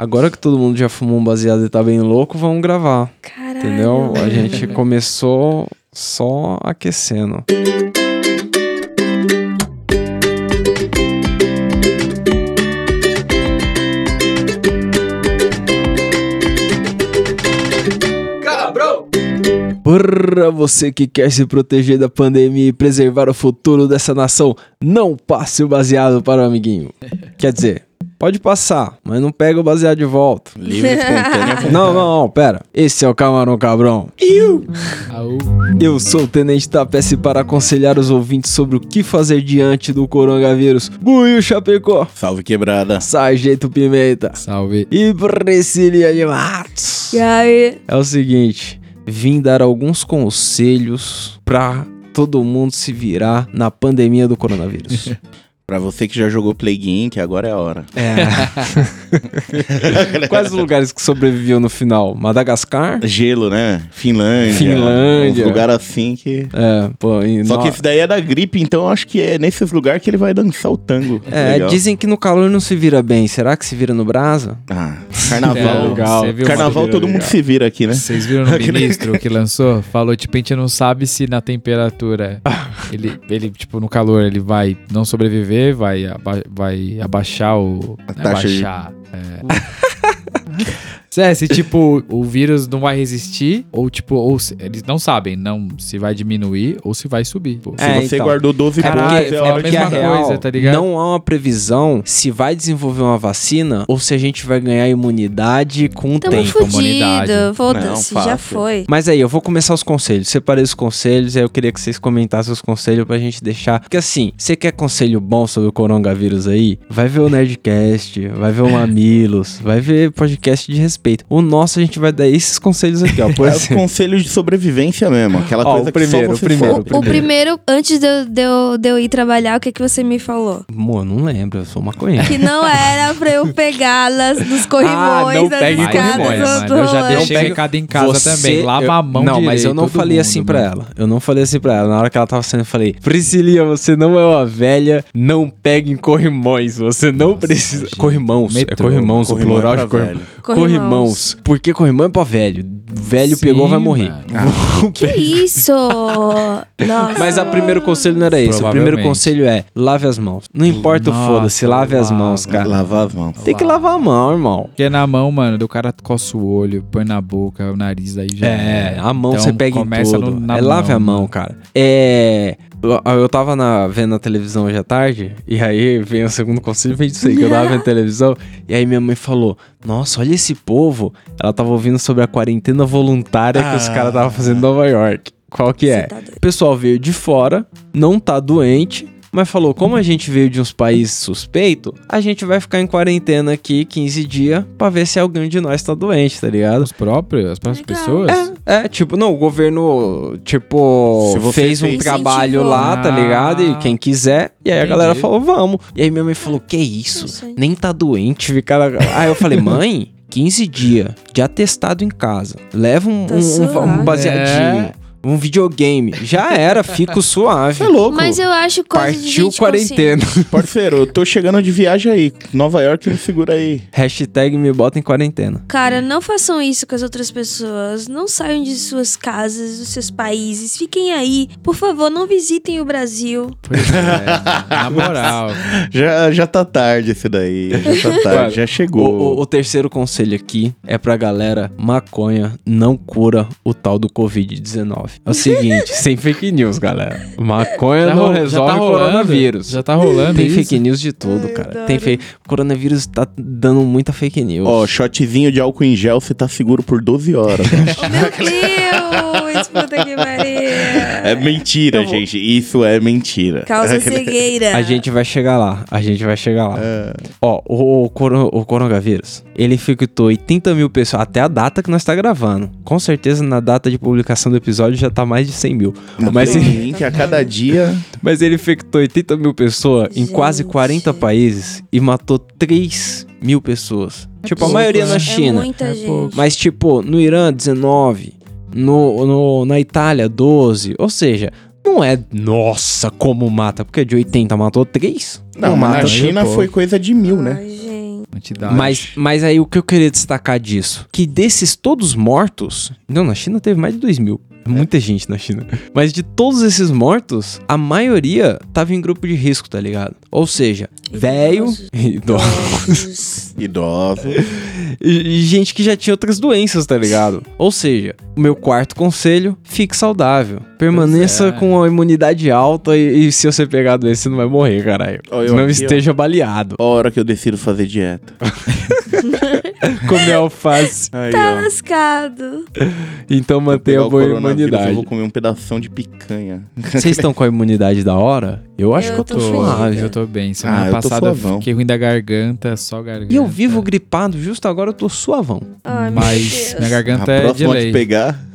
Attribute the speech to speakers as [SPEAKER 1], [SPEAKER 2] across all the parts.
[SPEAKER 1] Agora que todo mundo já fumou um baseado e tá bem louco, vamos gravar.
[SPEAKER 2] Caralho.
[SPEAKER 1] Entendeu? A gente começou só aquecendo. Para você que quer se proteger da pandemia e preservar o futuro dessa nação, não passe o baseado para o amiguinho. Quer dizer, pode passar, mas não pega o baseado de volta.
[SPEAKER 3] Livre, espontânea.
[SPEAKER 1] Não, não, não, pera. Esse é o Camarão Cabrão.
[SPEAKER 3] Aú.
[SPEAKER 1] Eu sou o Tenente Tapece para aconselhar os ouvintes sobre o que fazer diante do coronavírus. Buiu Chapecó,
[SPEAKER 3] Salve quebrada.
[SPEAKER 1] Sargento Pimenta
[SPEAKER 4] Salve.
[SPEAKER 1] e Priscilia de Matos.
[SPEAKER 2] E aí?
[SPEAKER 1] É o seguinte, vim dar alguns conselhos pra todo mundo se virar na pandemia do coronavírus.
[SPEAKER 3] Pra você que já jogou Plague Inc, agora é a hora.
[SPEAKER 1] é. Quais os lugares que sobreviveu no final? Madagascar?
[SPEAKER 3] Gelo, né? Finlândia.
[SPEAKER 1] Finlândia.
[SPEAKER 3] Uns lugares assim que...
[SPEAKER 1] É, pô, e
[SPEAKER 3] Só
[SPEAKER 1] no-
[SPEAKER 3] que esse daí é da gripe, então eu acho que é nesses lugares que ele vai dançar o tango.
[SPEAKER 1] É,
[SPEAKER 3] Legal.
[SPEAKER 1] dizem que no calor não se vira bem. Será que se vira no brasa?
[SPEAKER 3] Ah, carnaval.
[SPEAKER 1] É, legal.
[SPEAKER 4] Você viu
[SPEAKER 3] Carnaval
[SPEAKER 4] uma-
[SPEAKER 3] todo mundo se vira aqui, né?
[SPEAKER 4] É, Vocês viram no ministro que lançou? Falou, tipo, a gente não sabe se na temperatura ele, ele tipo, no calor ele vai não sobreviver, vai, aba- vai abaixar o...
[SPEAKER 3] A taxa de-
[SPEAKER 4] abaixar, é. É, se tipo, o vírus não vai resistir, ou tipo, ou se- eles não sabem não se vai diminuir ou se vai subir. pô.
[SPEAKER 1] É,
[SPEAKER 3] Se você
[SPEAKER 1] então.
[SPEAKER 3] guardou 12
[SPEAKER 1] É
[SPEAKER 3] pontos,
[SPEAKER 4] Caralho,
[SPEAKER 1] porque,
[SPEAKER 3] é
[SPEAKER 1] é
[SPEAKER 4] a
[SPEAKER 3] hora
[SPEAKER 1] porque
[SPEAKER 3] de...
[SPEAKER 4] mesma
[SPEAKER 1] a real,
[SPEAKER 4] coisa, tá ligado?
[SPEAKER 1] não há uma previsão se vai desenvolver uma vacina ou se a gente vai ganhar imunidade com o
[SPEAKER 2] Tamo
[SPEAKER 1] tempo.
[SPEAKER 4] comunidade.
[SPEAKER 2] fudido. Foda-se,
[SPEAKER 3] Não,
[SPEAKER 2] já
[SPEAKER 3] fácil.
[SPEAKER 2] foi.
[SPEAKER 1] Mas aí, eu vou começar os conselhos. Separei os conselhos, aí eu queria que vocês comentassem os conselhos pra gente deixar. Porque assim, você quer conselho bom sobre o coronavírus aí? Vai ver o Nerdcast, vai ver o Mamilos, vai ver podcast de respeito. O nosso a gente vai dar esses conselhos aqui, ó. Por
[SPEAKER 3] É os
[SPEAKER 1] exemplo.
[SPEAKER 3] conselhos de sobrevivência mesmo. Aquela
[SPEAKER 1] Ó,
[SPEAKER 3] coisa
[SPEAKER 1] o primeiro,
[SPEAKER 3] que
[SPEAKER 1] o
[SPEAKER 3] só você
[SPEAKER 1] primeiro,
[SPEAKER 3] sabe.
[SPEAKER 1] o
[SPEAKER 2] O primeiro, antes de eu, de eu- de eu ir trabalhar, o que, que você me falou?
[SPEAKER 1] Mô, não lembro, eu sou maconheiro.
[SPEAKER 2] Que não era pra eu pegá-las nos corrimões,
[SPEAKER 1] Ah, não
[SPEAKER 2] nas
[SPEAKER 1] pegue
[SPEAKER 4] Mas, olha,
[SPEAKER 1] corrimões,
[SPEAKER 2] escadas
[SPEAKER 4] mano,
[SPEAKER 2] do
[SPEAKER 4] eu já
[SPEAKER 2] rolê.
[SPEAKER 4] deixei
[SPEAKER 1] Não
[SPEAKER 4] o
[SPEAKER 1] pega-
[SPEAKER 4] recado em casa
[SPEAKER 1] Você-
[SPEAKER 4] também. Lava
[SPEAKER 1] eu-
[SPEAKER 4] a mão
[SPEAKER 1] Não, mas eu
[SPEAKER 4] direito,
[SPEAKER 1] não
[SPEAKER 4] todo
[SPEAKER 1] falei
[SPEAKER 4] mundo, né?
[SPEAKER 1] assim
[SPEAKER 4] mano.
[SPEAKER 1] pra ela. Eu não falei assim pra ela. Na hora que ela tava saindo, eu falei: Priscilia, você não é uma velha, não pegue em corrimões. Você não
[SPEAKER 4] Nossa,
[SPEAKER 1] precisa.
[SPEAKER 4] gente.
[SPEAKER 1] Corrimãos. É
[SPEAKER 4] Metrô.
[SPEAKER 1] corrimãos,
[SPEAKER 3] Corrimão
[SPEAKER 1] o plural
[SPEAKER 3] é pra
[SPEAKER 1] de corrimão.
[SPEAKER 3] velho.
[SPEAKER 2] Corrimãos.
[SPEAKER 1] Corrimãos. Porque corrimão é pra velho. Velho
[SPEAKER 4] Sim,
[SPEAKER 1] pegou, vai morrer.
[SPEAKER 4] mano.
[SPEAKER 2] Que isso? Nossa.
[SPEAKER 1] Mas o primeiro conselho não era esse. O primeiro
[SPEAKER 4] Provavelmente.
[SPEAKER 1] conselho é lave as mãos. Não importa o
[SPEAKER 4] Nossa,
[SPEAKER 1] foda-se, lave as
[SPEAKER 4] lava.
[SPEAKER 1] mãos, cara.
[SPEAKER 3] Lavar as mãos.
[SPEAKER 1] Tem que lavar a mão, irmão.
[SPEAKER 4] Porque é na mão, mano, do cara coça o olho, põe na boca, o nariz, aí já.
[SPEAKER 1] É, a mão
[SPEAKER 4] Então,
[SPEAKER 1] você pega em
[SPEAKER 4] começa
[SPEAKER 1] tudo.
[SPEAKER 4] no- na né?
[SPEAKER 1] é, lave a mão,
[SPEAKER 4] mano.
[SPEAKER 1] cara. É... Eu- Eu tava na- vendo a televisão hoje à tarde, e aí vem o segundo conselho, vem disso aí, que eu tava vendo televisão, e aí minha mãe falou, nossa, olha esse povo. Ela tava ouvindo sobre a quarentena voluntária que os
[SPEAKER 3] Ah.
[SPEAKER 1] caras tava fazendo em Nova York. Qual que é?
[SPEAKER 2] Você tá doido.
[SPEAKER 1] O pessoal veio de fora, não tá doente, mas falou: como a gente veio de uns países suspeitos, a gente vai ficar em quarentena aqui 15 dias pra ver se alguém de nós tá doente, tá ligado?
[SPEAKER 4] Os próprios, as próprias
[SPEAKER 2] Legal.
[SPEAKER 4] pessoas?
[SPEAKER 1] É, é, tipo, não, o governo, tipo,
[SPEAKER 3] Se você
[SPEAKER 1] fez um
[SPEAKER 3] fez-
[SPEAKER 1] trabalho
[SPEAKER 2] Incentivou.
[SPEAKER 1] lá, tá
[SPEAKER 4] Ah.
[SPEAKER 1] ligado? E quem quiser. E aí a
[SPEAKER 4] Entendi.
[SPEAKER 1] galera falou, vamos. E aí minha mãe falou, que isso?
[SPEAKER 2] Interessante.
[SPEAKER 1] Nem tá doente, ficar. Aí eu falei, mãe, 15 dias de atestado em casa. Leva um,
[SPEAKER 2] Tá
[SPEAKER 1] um- um-
[SPEAKER 2] suave.
[SPEAKER 1] um baseadinho.
[SPEAKER 4] É.
[SPEAKER 1] Um videogame. Já era, fico suave.
[SPEAKER 3] Você
[SPEAKER 2] Tá
[SPEAKER 3] é louco.
[SPEAKER 2] Mas eu acho coisa de
[SPEAKER 1] Partiu
[SPEAKER 2] gente tipo, assim,
[SPEAKER 1] quarentena.
[SPEAKER 3] Parceiro, eu tô chegando de viagem aí. Nova York, me segura aí.
[SPEAKER 1] Hashtag me bota em quarentena.
[SPEAKER 2] Cara, não façam isso com as outras pessoas. Não saiam de suas casas, dos seus países. Fiquem aí. Por favor, não visitem o Brasil.
[SPEAKER 4] Pois é, mano, na moral.
[SPEAKER 3] Já, já tá tarde esse daí. Já tá
[SPEAKER 1] Claro.
[SPEAKER 3] tarde. já
[SPEAKER 1] O,
[SPEAKER 3] chegou.
[SPEAKER 1] o- o terceiro conselho aqui é pra galera: maconha não cura o tal do Covid-19. É o seguinte, sem fake news, galera. Maconha
[SPEAKER 4] Já
[SPEAKER 1] não
[SPEAKER 4] ro- já
[SPEAKER 1] resolve
[SPEAKER 4] tá
[SPEAKER 1] o
[SPEAKER 4] rolando,
[SPEAKER 1] coronavírus.
[SPEAKER 4] Já tá rolando.
[SPEAKER 1] Tem
[SPEAKER 4] isso?
[SPEAKER 1] fake news de tudo, cara. Tem fake. O coronavírus tá dando muita fake news.
[SPEAKER 3] Ó, shotzinho de álcool em gel, você tá seguro por 12 horas.
[SPEAKER 2] Oh, meu Deus! Puta que pariu.
[SPEAKER 3] é mentira, gente. Isso é mentira.
[SPEAKER 2] Causa cegueira.
[SPEAKER 1] a gente vai chegar lá, a gente vai chegar lá.
[SPEAKER 3] É.
[SPEAKER 1] Ó, o, o coron- o coronavírus, ele infectou 80 mil pessoas, até a data que nós tá gravando. Com certeza na data de publicação do episódio já tá mais de 100 mil. Mas,
[SPEAKER 3] Tem link a cada dia.
[SPEAKER 1] Mas ele infectou 80 mil pessoas em quase
[SPEAKER 2] Gente.
[SPEAKER 1] 40 países e matou 3 mil pessoas. tipo, a
[SPEAKER 4] pouco,
[SPEAKER 1] maioria
[SPEAKER 4] né?
[SPEAKER 1] na
[SPEAKER 4] É
[SPEAKER 1] China.
[SPEAKER 2] É muita
[SPEAKER 4] É
[SPEAKER 2] gente.
[SPEAKER 4] pouco.
[SPEAKER 1] mas, tipo, no Irã, 19. No, no- na Itália, 12. Ou seja, não é, nossa, como mata. Porque de 80 matou 3.
[SPEAKER 3] Não,
[SPEAKER 1] mata.
[SPEAKER 3] mas na China
[SPEAKER 4] pô.
[SPEAKER 3] foi coisa de mil, né?
[SPEAKER 2] Ai, gente.
[SPEAKER 4] quantidade.
[SPEAKER 1] Mas, mas aí o que eu queria destacar disso? Que desses todos mortos. Não, na China teve mais de 2 mil.
[SPEAKER 3] É.
[SPEAKER 1] Muita gente na China. Mas de todos esses mortos, a maioria tava em grupo de risco, tá ligado? Ou seja, velho.
[SPEAKER 2] Idosos.
[SPEAKER 1] idoso,
[SPEAKER 2] Idosos.
[SPEAKER 3] Idoso.
[SPEAKER 1] E e gente que já tinha outras doenças, tá ligado? Ou seja, o meu quarto conselho, fique saudável. Permaneça
[SPEAKER 4] é.
[SPEAKER 1] com a imunidade alta e, e se você pegar a doença, você não vai morrer, caralho.
[SPEAKER 3] Ó, eu
[SPEAKER 1] não
[SPEAKER 3] aqui, ó.
[SPEAKER 1] esteja baleado.
[SPEAKER 3] A hora que eu decido fazer dieta.
[SPEAKER 1] Comer alface.
[SPEAKER 3] Aí,
[SPEAKER 2] Tá
[SPEAKER 3] ó.
[SPEAKER 2] lascado.
[SPEAKER 1] Então mantenha
[SPEAKER 3] Pegar
[SPEAKER 1] a
[SPEAKER 3] o
[SPEAKER 1] boa
[SPEAKER 3] coronavírus, Eu
[SPEAKER 1] imunidade.
[SPEAKER 3] vou comer um pedação de picanha.
[SPEAKER 1] Vocês estão com a imunidade da hora? Eu acho
[SPEAKER 2] Eu
[SPEAKER 1] que eu tô,
[SPEAKER 2] tô
[SPEAKER 1] suave.
[SPEAKER 4] eu tô bem. Semana
[SPEAKER 3] Ah, eu tô
[SPEAKER 4] passada eu
[SPEAKER 3] suavão.
[SPEAKER 4] fiquei ruim da garganta, só garganta.
[SPEAKER 1] E eu vivo gripado, justo agora eu tô suavão.
[SPEAKER 2] Ai, Oh, meu
[SPEAKER 4] Mas
[SPEAKER 2] Deus.
[SPEAKER 4] minha garganta
[SPEAKER 3] a
[SPEAKER 4] é de
[SPEAKER 3] próxima de
[SPEAKER 4] lei.
[SPEAKER 3] pegar.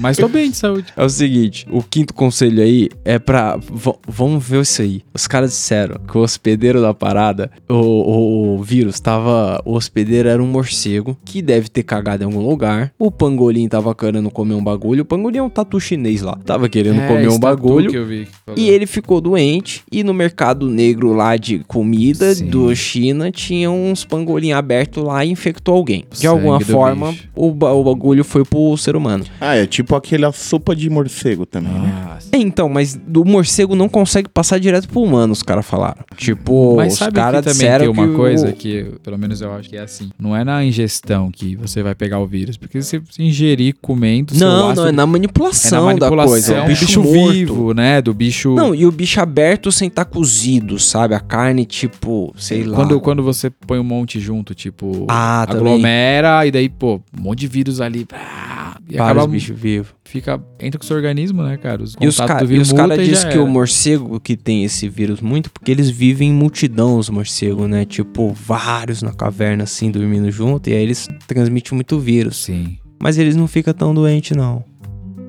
[SPEAKER 4] Mas tô bem de saúde.
[SPEAKER 1] É o seguinte, o quinto conselho aí é pra. v- vamos ver isso aí. Os caras disseram que o hospedeiro da parada, o, o- o vírus tava. O hospedeiro era um morcego que deve ter cagado em algum lugar. O pangolim tava querendo comer um bagulho. O pangolim é um tatu chinês lá. Tava querendo
[SPEAKER 4] É,
[SPEAKER 1] comer um
[SPEAKER 4] esse tatu
[SPEAKER 1] bagulho.
[SPEAKER 4] que eu vi que falou.
[SPEAKER 1] E ele ficou doente e no mercado negro lá de comida
[SPEAKER 4] Sim.
[SPEAKER 1] do China tinha uns pangolim abertos lá e infectou alguém. De
[SPEAKER 4] Sangue
[SPEAKER 1] alguma
[SPEAKER 4] do
[SPEAKER 1] forma,
[SPEAKER 4] bicho.
[SPEAKER 1] o, ba- o bagulho foi pro ser humano.
[SPEAKER 3] Ah, é tipo aquela sopa de morcego também, né?
[SPEAKER 4] Nossa.
[SPEAKER 1] É, então, mas do morcego não consegue passar direto pro humano, os caras falaram. Tipo,
[SPEAKER 4] Mas
[SPEAKER 1] os
[SPEAKER 4] sabe
[SPEAKER 1] caras
[SPEAKER 4] que também
[SPEAKER 1] disseram
[SPEAKER 4] tem uma
[SPEAKER 1] que o-
[SPEAKER 4] coisa que, pelo menos eu acho que é assim. Não é na ingestão que você vai pegar o vírus, porque se você ingerir comendo, seu
[SPEAKER 1] Não, não,
[SPEAKER 4] ácido-
[SPEAKER 1] é na
[SPEAKER 4] é na
[SPEAKER 1] manipulação,
[SPEAKER 4] manipulação
[SPEAKER 1] da coisa. O
[SPEAKER 4] do bicho,
[SPEAKER 1] bicho, morto.
[SPEAKER 4] vivo, né? Do bicho...
[SPEAKER 1] Não, e o bicho aberto sem estar cozido, sabe? A carne, tipo, sei lá.
[SPEAKER 4] É, Quando, quando você põe um monte junto, tipo,
[SPEAKER 1] Ah, também.
[SPEAKER 4] aglomera e daí, pô, um monte de vírus ali. pá, e
[SPEAKER 1] Vários
[SPEAKER 4] acaba,
[SPEAKER 1] bicho vivo.
[SPEAKER 4] fica, entra com o seu organismo, né, cara? Os
[SPEAKER 1] E os,
[SPEAKER 4] contatos
[SPEAKER 1] ca-
[SPEAKER 4] do
[SPEAKER 1] e
[SPEAKER 4] vírus
[SPEAKER 1] os caras
[SPEAKER 4] muta e
[SPEAKER 1] dizem
[SPEAKER 4] já
[SPEAKER 1] que o
[SPEAKER 4] era.
[SPEAKER 1] morcego que tem esse vírus muito, porque eles vivem em multidão, os morcegos, né? Tipo, vários na caverna, assim, dormindo junto, e aí eles transmitem muito vírus.
[SPEAKER 4] Sim.
[SPEAKER 1] Mas eles não ficam tão doentes, não.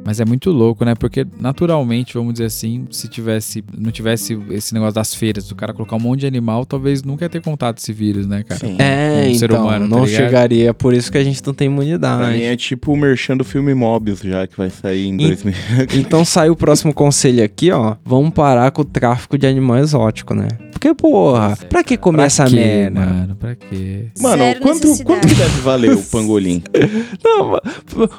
[SPEAKER 4] Mas é muito louco, né? Porque naturalmente, vamos dizer assim, se tivesse, não tivesse esse negócio das feiras, do cara colocar um monte de animal, talvez nunca ia ter contato esse vírus, né, cara?
[SPEAKER 3] Sim.
[SPEAKER 1] É,
[SPEAKER 4] Um
[SPEAKER 1] então,
[SPEAKER 4] ser humano, tá
[SPEAKER 1] não
[SPEAKER 4] ligado?
[SPEAKER 1] chegaria, É por isso que a gente não tem
[SPEAKER 3] Pra mim
[SPEAKER 1] imunidade.
[SPEAKER 3] é tipo o merchan do filme Mobius, já que vai sair em 2000.
[SPEAKER 1] Então sai o próximo conselho aqui, ó. Vamos parar com o tráfico de animal exótico, né? Porque, porra, pra que comer essa
[SPEAKER 4] Que,
[SPEAKER 1] merda?
[SPEAKER 4] mano, pra quê?
[SPEAKER 3] Mano,
[SPEAKER 2] Zero
[SPEAKER 3] quanto,
[SPEAKER 2] necessidade.
[SPEAKER 3] quanto que deve valer o pangolim?
[SPEAKER 1] Não, mas,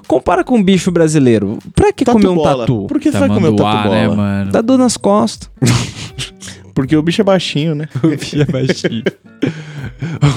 [SPEAKER 1] compara com um bicho brasileiro. Pra que comer um
[SPEAKER 3] bola.
[SPEAKER 1] tatu?
[SPEAKER 3] Por que você vai comer um
[SPEAKER 4] Tamanduá,
[SPEAKER 3] tatu
[SPEAKER 4] né,
[SPEAKER 3] bola?
[SPEAKER 4] mano?
[SPEAKER 1] Dá dor nas costas.
[SPEAKER 3] Porque o bicho é baixinho, né?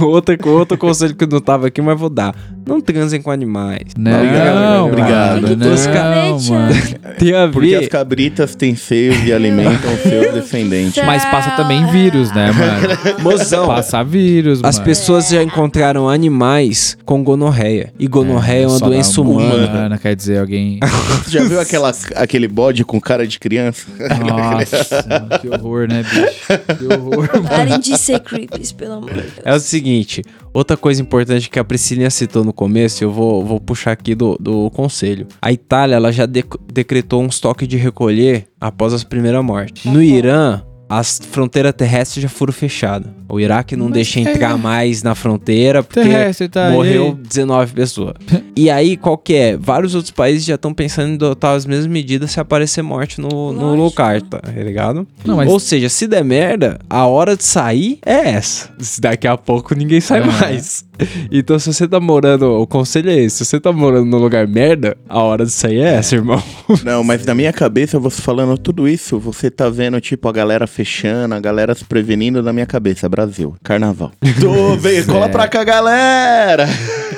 [SPEAKER 1] Outra, co- outro conselho que eu não tava aqui, mas vou dar. Não transem com animais.
[SPEAKER 4] Não,
[SPEAKER 3] Obrigado,
[SPEAKER 4] obrigado.
[SPEAKER 3] obrigado.
[SPEAKER 4] Não,
[SPEAKER 1] Os
[SPEAKER 2] ca-
[SPEAKER 4] mano.
[SPEAKER 1] Tem a
[SPEAKER 3] Porque as
[SPEAKER 1] ver.
[SPEAKER 3] cabritas têm seios um e alimentam seus descendentes.
[SPEAKER 4] Mas passa também vírus, né, mano?
[SPEAKER 1] Mozão,
[SPEAKER 4] Passa vírus,
[SPEAKER 1] as
[SPEAKER 4] mano.
[SPEAKER 1] pessoas já encontraram animais com gonorreia. E gonorreia é, uma
[SPEAKER 4] Só dá um
[SPEAKER 1] doença
[SPEAKER 4] uma
[SPEAKER 1] humana.
[SPEAKER 4] humana, Quer dizer, alguém.
[SPEAKER 3] Você já viu aquela, aquele bode com cara de criança?
[SPEAKER 4] Nossa, mano, que horror, né, bicho? Que horror, mano.
[SPEAKER 2] Parem de ser creepies, pelo amor de Deus.
[SPEAKER 1] É o seguinte, outra coisa importante que a Priscilinha citou no começo, eu vou, vou puxar aqui do, do conselho. A Itália, ela já dec- decretou um estoque de recolher após as primeiras mortes. No Irã, as fronteiras terrestres já foram fechadas. O Iraque não deixa entrar mais na fronteira, porque
[SPEAKER 4] Terrestre tá aí.
[SPEAKER 1] morreu 19 pessoas. E aí, qual que é? Vários outros países já estão pensando em adotar as mesmas medidas se aparecer morte no, no
[SPEAKER 2] Lógico.
[SPEAKER 1] lugar, tá tá ligado?
[SPEAKER 4] Não, mas-
[SPEAKER 1] Ou seja, se der merda, a hora de sair é essa. Se Daqui a pouco ninguém sai
[SPEAKER 4] É.
[SPEAKER 1] mais. Então, se você tá morando, o conselho é esse: se você tá morando num lugar merda, a hora de sair é essa, irmão.
[SPEAKER 3] Não, mas na minha cabeça, você falando tudo isso, você tá vendo, tipo, a galera fechando, a galera se prevenindo na minha cabeça. Brasil, carnaval. Tô, vem, cola pra cá, galera!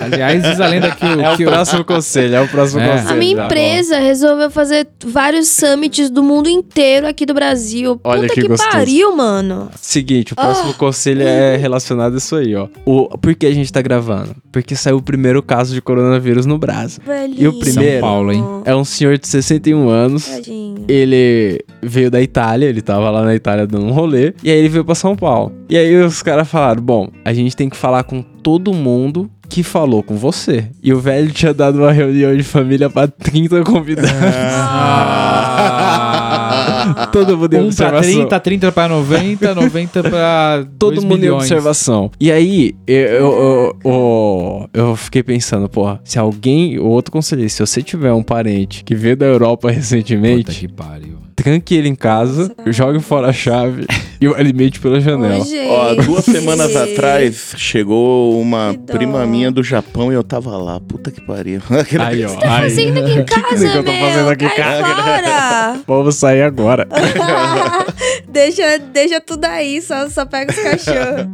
[SPEAKER 4] Aliás, diz a lenda que o.
[SPEAKER 1] É o
[SPEAKER 4] que o-
[SPEAKER 1] próximo conselho, é o próximo
[SPEAKER 4] É.
[SPEAKER 1] conselho.
[SPEAKER 2] A minha
[SPEAKER 1] tá bom.
[SPEAKER 2] empresa resolveu fazer vários summits do mundo inteiro aqui do Brasil.
[SPEAKER 1] Olha
[SPEAKER 2] Puta
[SPEAKER 1] que
[SPEAKER 2] que,
[SPEAKER 1] gostoso.
[SPEAKER 2] pariu, mano.
[SPEAKER 1] Seguinte, o próximo conselho é relacionado a isso aí, ó. O, por que a gente tá gravando? Porque saiu o primeiro caso de coronavírus no Brasil.
[SPEAKER 2] Velhinho.
[SPEAKER 1] E o primeiro?
[SPEAKER 4] São Paulo, hein?
[SPEAKER 1] É um senhor de 61 anos.
[SPEAKER 2] Tadinho.
[SPEAKER 1] Ele veio da Itália, ele tava lá na Itália dando um rolê, e aí ele veio pra São Paulo. E aí os caras falaram: bom, a gente tem que falar com todo mundo que falou com você. E o velho tinha dado uma reunião de família pra 30 convidados.
[SPEAKER 2] Ah.
[SPEAKER 4] Ah.
[SPEAKER 1] todo mundo em
[SPEAKER 4] 1 pra
[SPEAKER 1] observação.
[SPEAKER 4] 30, 30 pra 90, 90 pra.
[SPEAKER 1] Todo
[SPEAKER 4] 2
[SPEAKER 1] mundo em
[SPEAKER 4] milhões.
[SPEAKER 1] observação. E aí, eu, eu, eu, eu- eu fiquei pensando, porra, se alguém, o outro conselheiro, se você tiver um parente que veio da Europa
[SPEAKER 4] Puta
[SPEAKER 1] recentemente,
[SPEAKER 4] que pariu.
[SPEAKER 1] tranque ele em casa, jogue fora a chave e o alimente pela janela.
[SPEAKER 3] Ó, duas semanas atrás chegou uma
[SPEAKER 2] Que dó.
[SPEAKER 3] prima minha do Japão e eu tava lá. Puta que pariu. Aquele-
[SPEAKER 1] Aí, ó.
[SPEAKER 2] Tá
[SPEAKER 1] aí.
[SPEAKER 2] fazendo aqui em casa,
[SPEAKER 1] que eu tô
[SPEAKER 2] meu?
[SPEAKER 1] fazendo aqui em
[SPEAKER 2] Cai
[SPEAKER 1] O povo sair agora.
[SPEAKER 2] fora! deixa, deixa tudo aí, só, só pega os cachorros.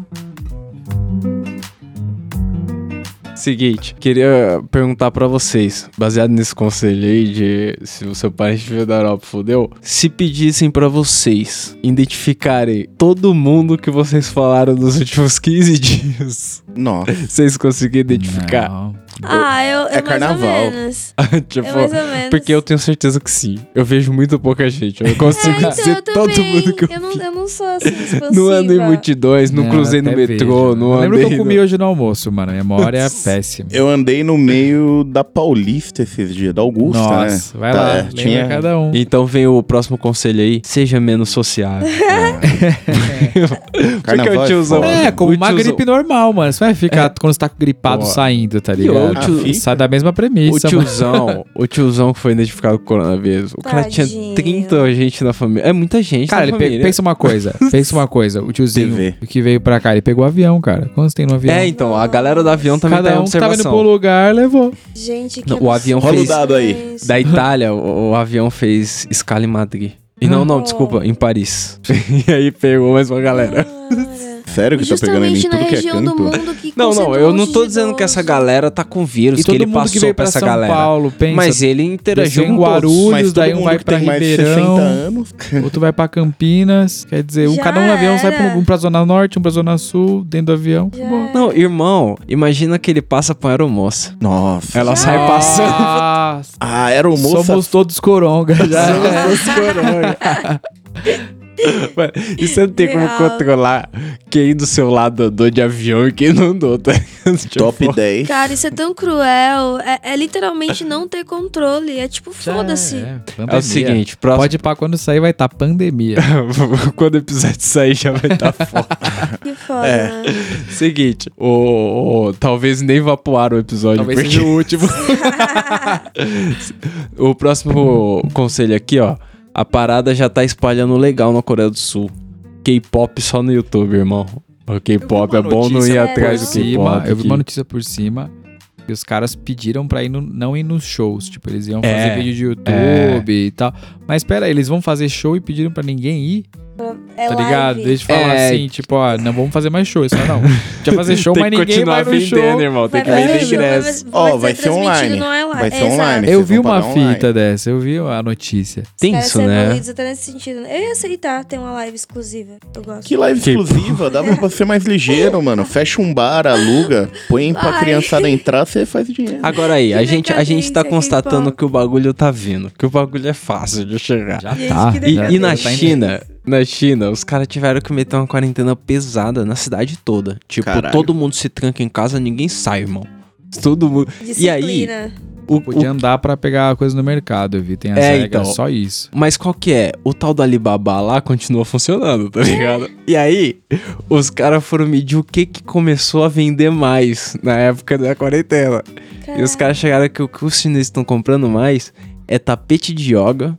[SPEAKER 1] Seguinte, queria perguntar pra vocês, baseado nesse conselho aí de se o seu parente veio da Europa, fodeu. Se pedissem pra vocês identificarem todo mundo que vocês falaram nos últimos 15 dias,
[SPEAKER 3] Nossa.
[SPEAKER 1] vocês conseguiram identificar?
[SPEAKER 4] Não.
[SPEAKER 2] Ah, eu,
[SPEAKER 3] É
[SPEAKER 2] é mais
[SPEAKER 3] carnaval.
[SPEAKER 2] ou menos.
[SPEAKER 1] tipo,
[SPEAKER 2] É mais ou menos.
[SPEAKER 1] porque eu tenho certeza que sim. Eu vejo muito pouca gente. Eu
[SPEAKER 2] É,
[SPEAKER 1] consigo
[SPEAKER 2] então,
[SPEAKER 1] dizer
[SPEAKER 2] eu
[SPEAKER 1] todo
[SPEAKER 2] também.
[SPEAKER 1] mundo que eu,
[SPEAKER 2] eu,
[SPEAKER 1] vi.
[SPEAKER 2] não, eu não sou assim expansiva.
[SPEAKER 1] Não andei em multidões, não,
[SPEAKER 4] Não,
[SPEAKER 1] cruzei no
[SPEAKER 4] até
[SPEAKER 1] metrô,
[SPEAKER 4] vejo. né?
[SPEAKER 1] não
[SPEAKER 4] Eu
[SPEAKER 1] andei...
[SPEAKER 4] Lembro que eu
[SPEAKER 1] no-
[SPEAKER 4] comi hoje no almoço, mano. A memória é péssima.
[SPEAKER 3] Eu andei no meio da Paulista esses dias, da Augusta, né?
[SPEAKER 4] Nossa, vai
[SPEAKER 3] Tá,
[SPEAKER 4] lá.
[SPEAKER 3] é,
[SPEAKER 4] lembra
[SPEAKER 3] tinha-
[SPEAKER 4] cada um.
[SPEAKER 1] Então vem o próximo conselho aí, seja menos sociável.
[SPEAKER 3] É. Carnaval
[SPEAKER 1] Porque o
[SPEAKER 3] é
[SPEAKER 1] tiozão-
[SPEAKER 3] foda.
[SPEAKER 4] É, como
[SPEAKER 1] O
[SPEAKER 4] uma
[SPEAKER 1] tiozão-
[SPEAKER 4] gripe normal, mano. Você vai ficar quando você tá gripado
[SPEAKER 1] Ó.
[SPEAKER 4] saindo, tá
[SPEAKER 1] É. E o
[SPEAKER 4] ligado?
[SPEAKER 1] tio-
[SPEAKER 4] Ah, Sai da mesma
[SPEAKER 1] O
[SPEAKER 4] premissa, mano.
[SPEAKER 1] tiozão, o tiozão que foi identificado com o coronavírus, o cara tinha
[SPEAKER 2] Tadinho.
[SPEAKER 1] 30 gente na família. É muita gente
[SPEAKER 4] Cara,
[SPEAKER 1] na
[SPEAKER 4] ele pe-
[SPEAKER 1] família.
[SPEAKER 4] pensa uma coisa. Pensa uma coisa. O tiozinho
[SPEAKER 3] TV.
[SPEAKER 4] que veio pra cá, ele pegou avião, cara. Quantos tem no avião?
[SPEAKER 1] É, então, a galera do avião também
[SPEAKER 4] cada
[SPEAKER 1] tá em
[SPEAKER 4] um que tava indo
[SPEAKER 1] observação.
[SPEAKER 4] pro lugar levou.
[SPEAKER 2] Gente, que
[SPEAKER 1] Não, o avião
[SPEAKER 3] Rola o
[SPEAKER 1] fez...
[SPEAKER 2] absurdo
[SPEAKER 3] dado aí.
[SPEAKER 2] é isso.
[SPEAKER 1] Da Itália, o, o avião fez escala em Madrid. E não, não, desculpa, em Paris. e aí pegou mais uma galera.
[SPEAKER 2] Cara.
[SPEAKER 3] Sério que tá pegando em mim
[SPEAKER 2] Justamente na
[SPEAKER 3] tudo que é
[SPEAKER 2] região do
[SPEAKER 3] canto?
[SPEAKER 2] mundo que
[SPEAKER 1] Não, não,
[SPEAKER 2] concentra
[SPEAKER 1] eu
[SPEAKER 2] um
[SPEAKER 1] não
[SPEAKER 2] monte
[SPEAKER 1] tô
[SPEAKER 2] de
[SPEAKER 1] dizendo que essa
[SPEAKER 2] idoso.
[SPEAKER 1] galera tá com vírus,
[SPEAKER 4] E
[SPEAKER 1] que
[SPEAKER 4] todo
[SPEAKER 1] ele
[SPEAKER 4] mundo que
[SPEAKER 1] passou
[SPEAKER 4] veio
[SPEAKER 1] pra
[SPEAKER 4] pra
[SPEAKER 1] essa
[SPEAKER 4] São
[SPEAKER 1] galera.
[SPEAKER 4] Paulo, pensa.
[SPEAKER 1] Mas ele interagiu
[SPEAKER 4] desceu em
[SPEAKER 1] com todos.
[SPEAKER 4] Guarulhos,
[SPEAKER 3] Mas todo
[SPEAKER 4] daí um
[SPEAKER 3] mundo
[SPEAKER 4] vai
[SPEAKER 3] que
[SPEAKER 4] pra
[SPEAKER 3] tem mais de
[SPEAKER 4] Ribeirão.
[SPEAKER 3] 60 anos.
[SPEAKER 4] Outro vai pra Campinas. Quer dizer, um,
[SPEAKER 2] Já
[SPEAKER 4] cada um no avião sai
[SPEAKER 2] era.
[SPEAKER 4] pra, um pra Zona Norte, um pra Zona Sul, dentro do avião.
[SPEAKER 2] Já
[SPEAKER 4] Bom.
[SPEAKER 2] era.
[SPEAKER 1] Não, irmão, imagina que ele passa pra aeromoça.
[SPEAKER 3] Nossa.
[SPEAKER 1] Ela sai É, passando.
[SPEAKER 4] Nossa,
[SPEAKER 3] Ah, era o moça.
[SPEAKER 4] Somos todos coronga. Já era.
[SPEAKER 1] Mano, E você não tem como
[SPEAKER 2] Real.
[SPEAKER 1] controlar quem do seu lado andou de avião e quem não andou, tá ligado? Tipo,
[SPEAKER 3] Top 10.
[SPEAKER 2] Cara, isso é tão cruel. É, é literalmente não ter controle. É tipo,
[SPEAKER 4] Já
[SPEAKER 2] foda-se.
[SPEAKER 4] É,
[SPEAKER 1] É o
[SPEAKER 4] pandemia.
[SPEAKER 1] seguinte, próximo.
[SPEAKER 4] Pode ir pra quando sair, vai estar tá pandemia.
[SPEAKER 1] Quando o episódio sair já vai estar foda.
[SPEAKER 2] Que foda. né?
[SPEAKER 1] É. Seguinte, o, o- talvez nem vá pro ar o episódio,
[SPEAKER 4] Talvez
[SPEAKER 1] porque
[SPEAKER 4] seja o último.
[SPEAKER 1] o próximo conselho aqui, ó. A parada já tá espalhando legal na Coreia do Sul. K-pop só no YouTube, irmão. O K-pop é bom não ir
[SPEAKER 2] notícia
[SPEAKER 1] atrás do
[SPEAKER 4] por cima,
[SPEAKER 1] K-pop.
[SPEAKER 4] Eu vi
[SPEAKER 1] que-
[SPEAKER 4] uma notícia por cima que os caras pediram pra ir no- não ir nos shows. Tipo, eles iam fazer
[SPEAKER 1] É,
[SPEAKER 4] vídeo de
[SPEAKER 1] é.
[SPEAKER 4] YouTube e tal. Mas pera aí, eles vão fazer show e pediram pra ninguém ir?
[SPEAKER 2] É
[SPEAKER 4] tá
[SPEAKER 2] live.
[SPEAKER 4] ligado? Deixa eu falar
[SPEAKER 1] É.
[SPEAKER 4] assim, tipo, ó, não vamos fazer mais show. Isso não. A gente vai fazer show,
[SPEAKER 1] Tem
[SPEAKER 4] mas
[SPEAKER 1] que
[SPEAKER 4] ninguém
[SPEAKER 1] continuar
[SPEAKER 4] vai no show.
[SPEAKER 1] vendendo, irmão. Tem que
[SPEAKER 2] Vai
[SPEAKER 1] vender
[SPEAKER 2] fazer, vai-
[SPEAKER 1] ingresso.
[SPEAKER 3] Ó,
[SPEAKER 2] vai ser transmitido, não é live.
[SPEAKER 3] Vai ser
[SPEAKER 2] Exato.
[SPEAKER 3] online.
[SPEAKER 4] Eu
[SPEAKER 3] Vocês
[SPEAKER 4] vi
[SPEAKER 3] vão
[SPEAKER 4] uma
[SPEAKER 3] pagar online.
[SPEAKER 4] fita dessa, eu vi a notícia.
[SPEAKER 2] Os caras
[SPEAKER 1] Tenso,
[SPEAKER 2] são
[SPEAKER 1] né?
[SPEAKER 2] evoluídos até tá nesse sentido. Eu ia aceitar ter uma live exclusiva. Eu gosto.
[SPEAKER 3] Que live
[SPEAKER 1] Que-
[SPEAKER 3] exclusiva, dá pra ser mais ligeiro, mano. Fecha um bar, aluga, põe pra
[SPEAKER 2] Vai.
[SPEAKER 3] criançada entrar, você faz dinheiro.
[SPEAKER 1] Agora aí, a
[SPEAKER 2] Que
[SPEAKER 1] gente, a gente tá
[SPEAKER 2] decadência,
[SPEAKER 1] constatando
[SPEAKER 2] K-pop.
[SPEAKER 1] que o bagulho tá vindo, que o bagulho é fácil de chegar.
[SPEAKER 4] Já
[SPEAKER 2] Gente,
[SPEAKER 4] tá.
[SPEAKER 2] que
[SPEAKER 1] E,
[SPEAKER 2] Já
[SPEAKER 1] e na
[SPEAKER 4] tá em-
[SPEAKER 1] China, na China, os caras tiveram que meter uma quarentena pesada na cidade toda. Tipo,
[SPEAKER 3] Caralho.
[SPEAKER 1] todo mundo se tranca em casa, ninguém sai, irmão. Todo mundo. E aí,
[SPEAKER 2] Disciplina.
[SPEAKER 1] o, o-
[SPEAKER 4] Podia andar pra pegar coisa no mercado, eu vi. Tem as
[SPEAKER 1] É,
[SPEAKER 4] regras,
[SPEAKER 1] então.
[SPEAKER 4] só isso.
[SPEAKER 1] mas qual que é? O tal do Alibaba lá continua funcionando, tá ligado? E aí, os caras foram medir o que que começou a vender mais na época da quarentena. E os caras chegaram que o que os chineses estão comprando mais é tapete de yoga,